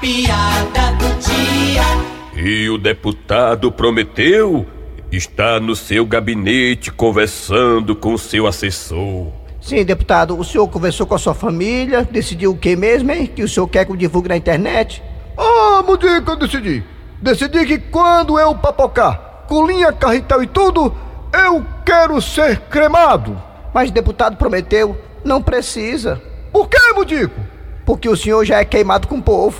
piada do dia. E o deputado Prometeu está no seu gabinete conversando com seu assessor. Sim, deputado, o senhor conversou com a sua família, decidiu o que mesmo, hein? Que o senhor quer que eu divulgue na internet? Ah, Mudica, eu decidi. Decidi que quando eu papocar, colinha, carretel e tudo, eu quero ser cremado. Mas o deputado prometeu, não precisa, Por que, Mudico? porque o senhor já é queimado com o povo.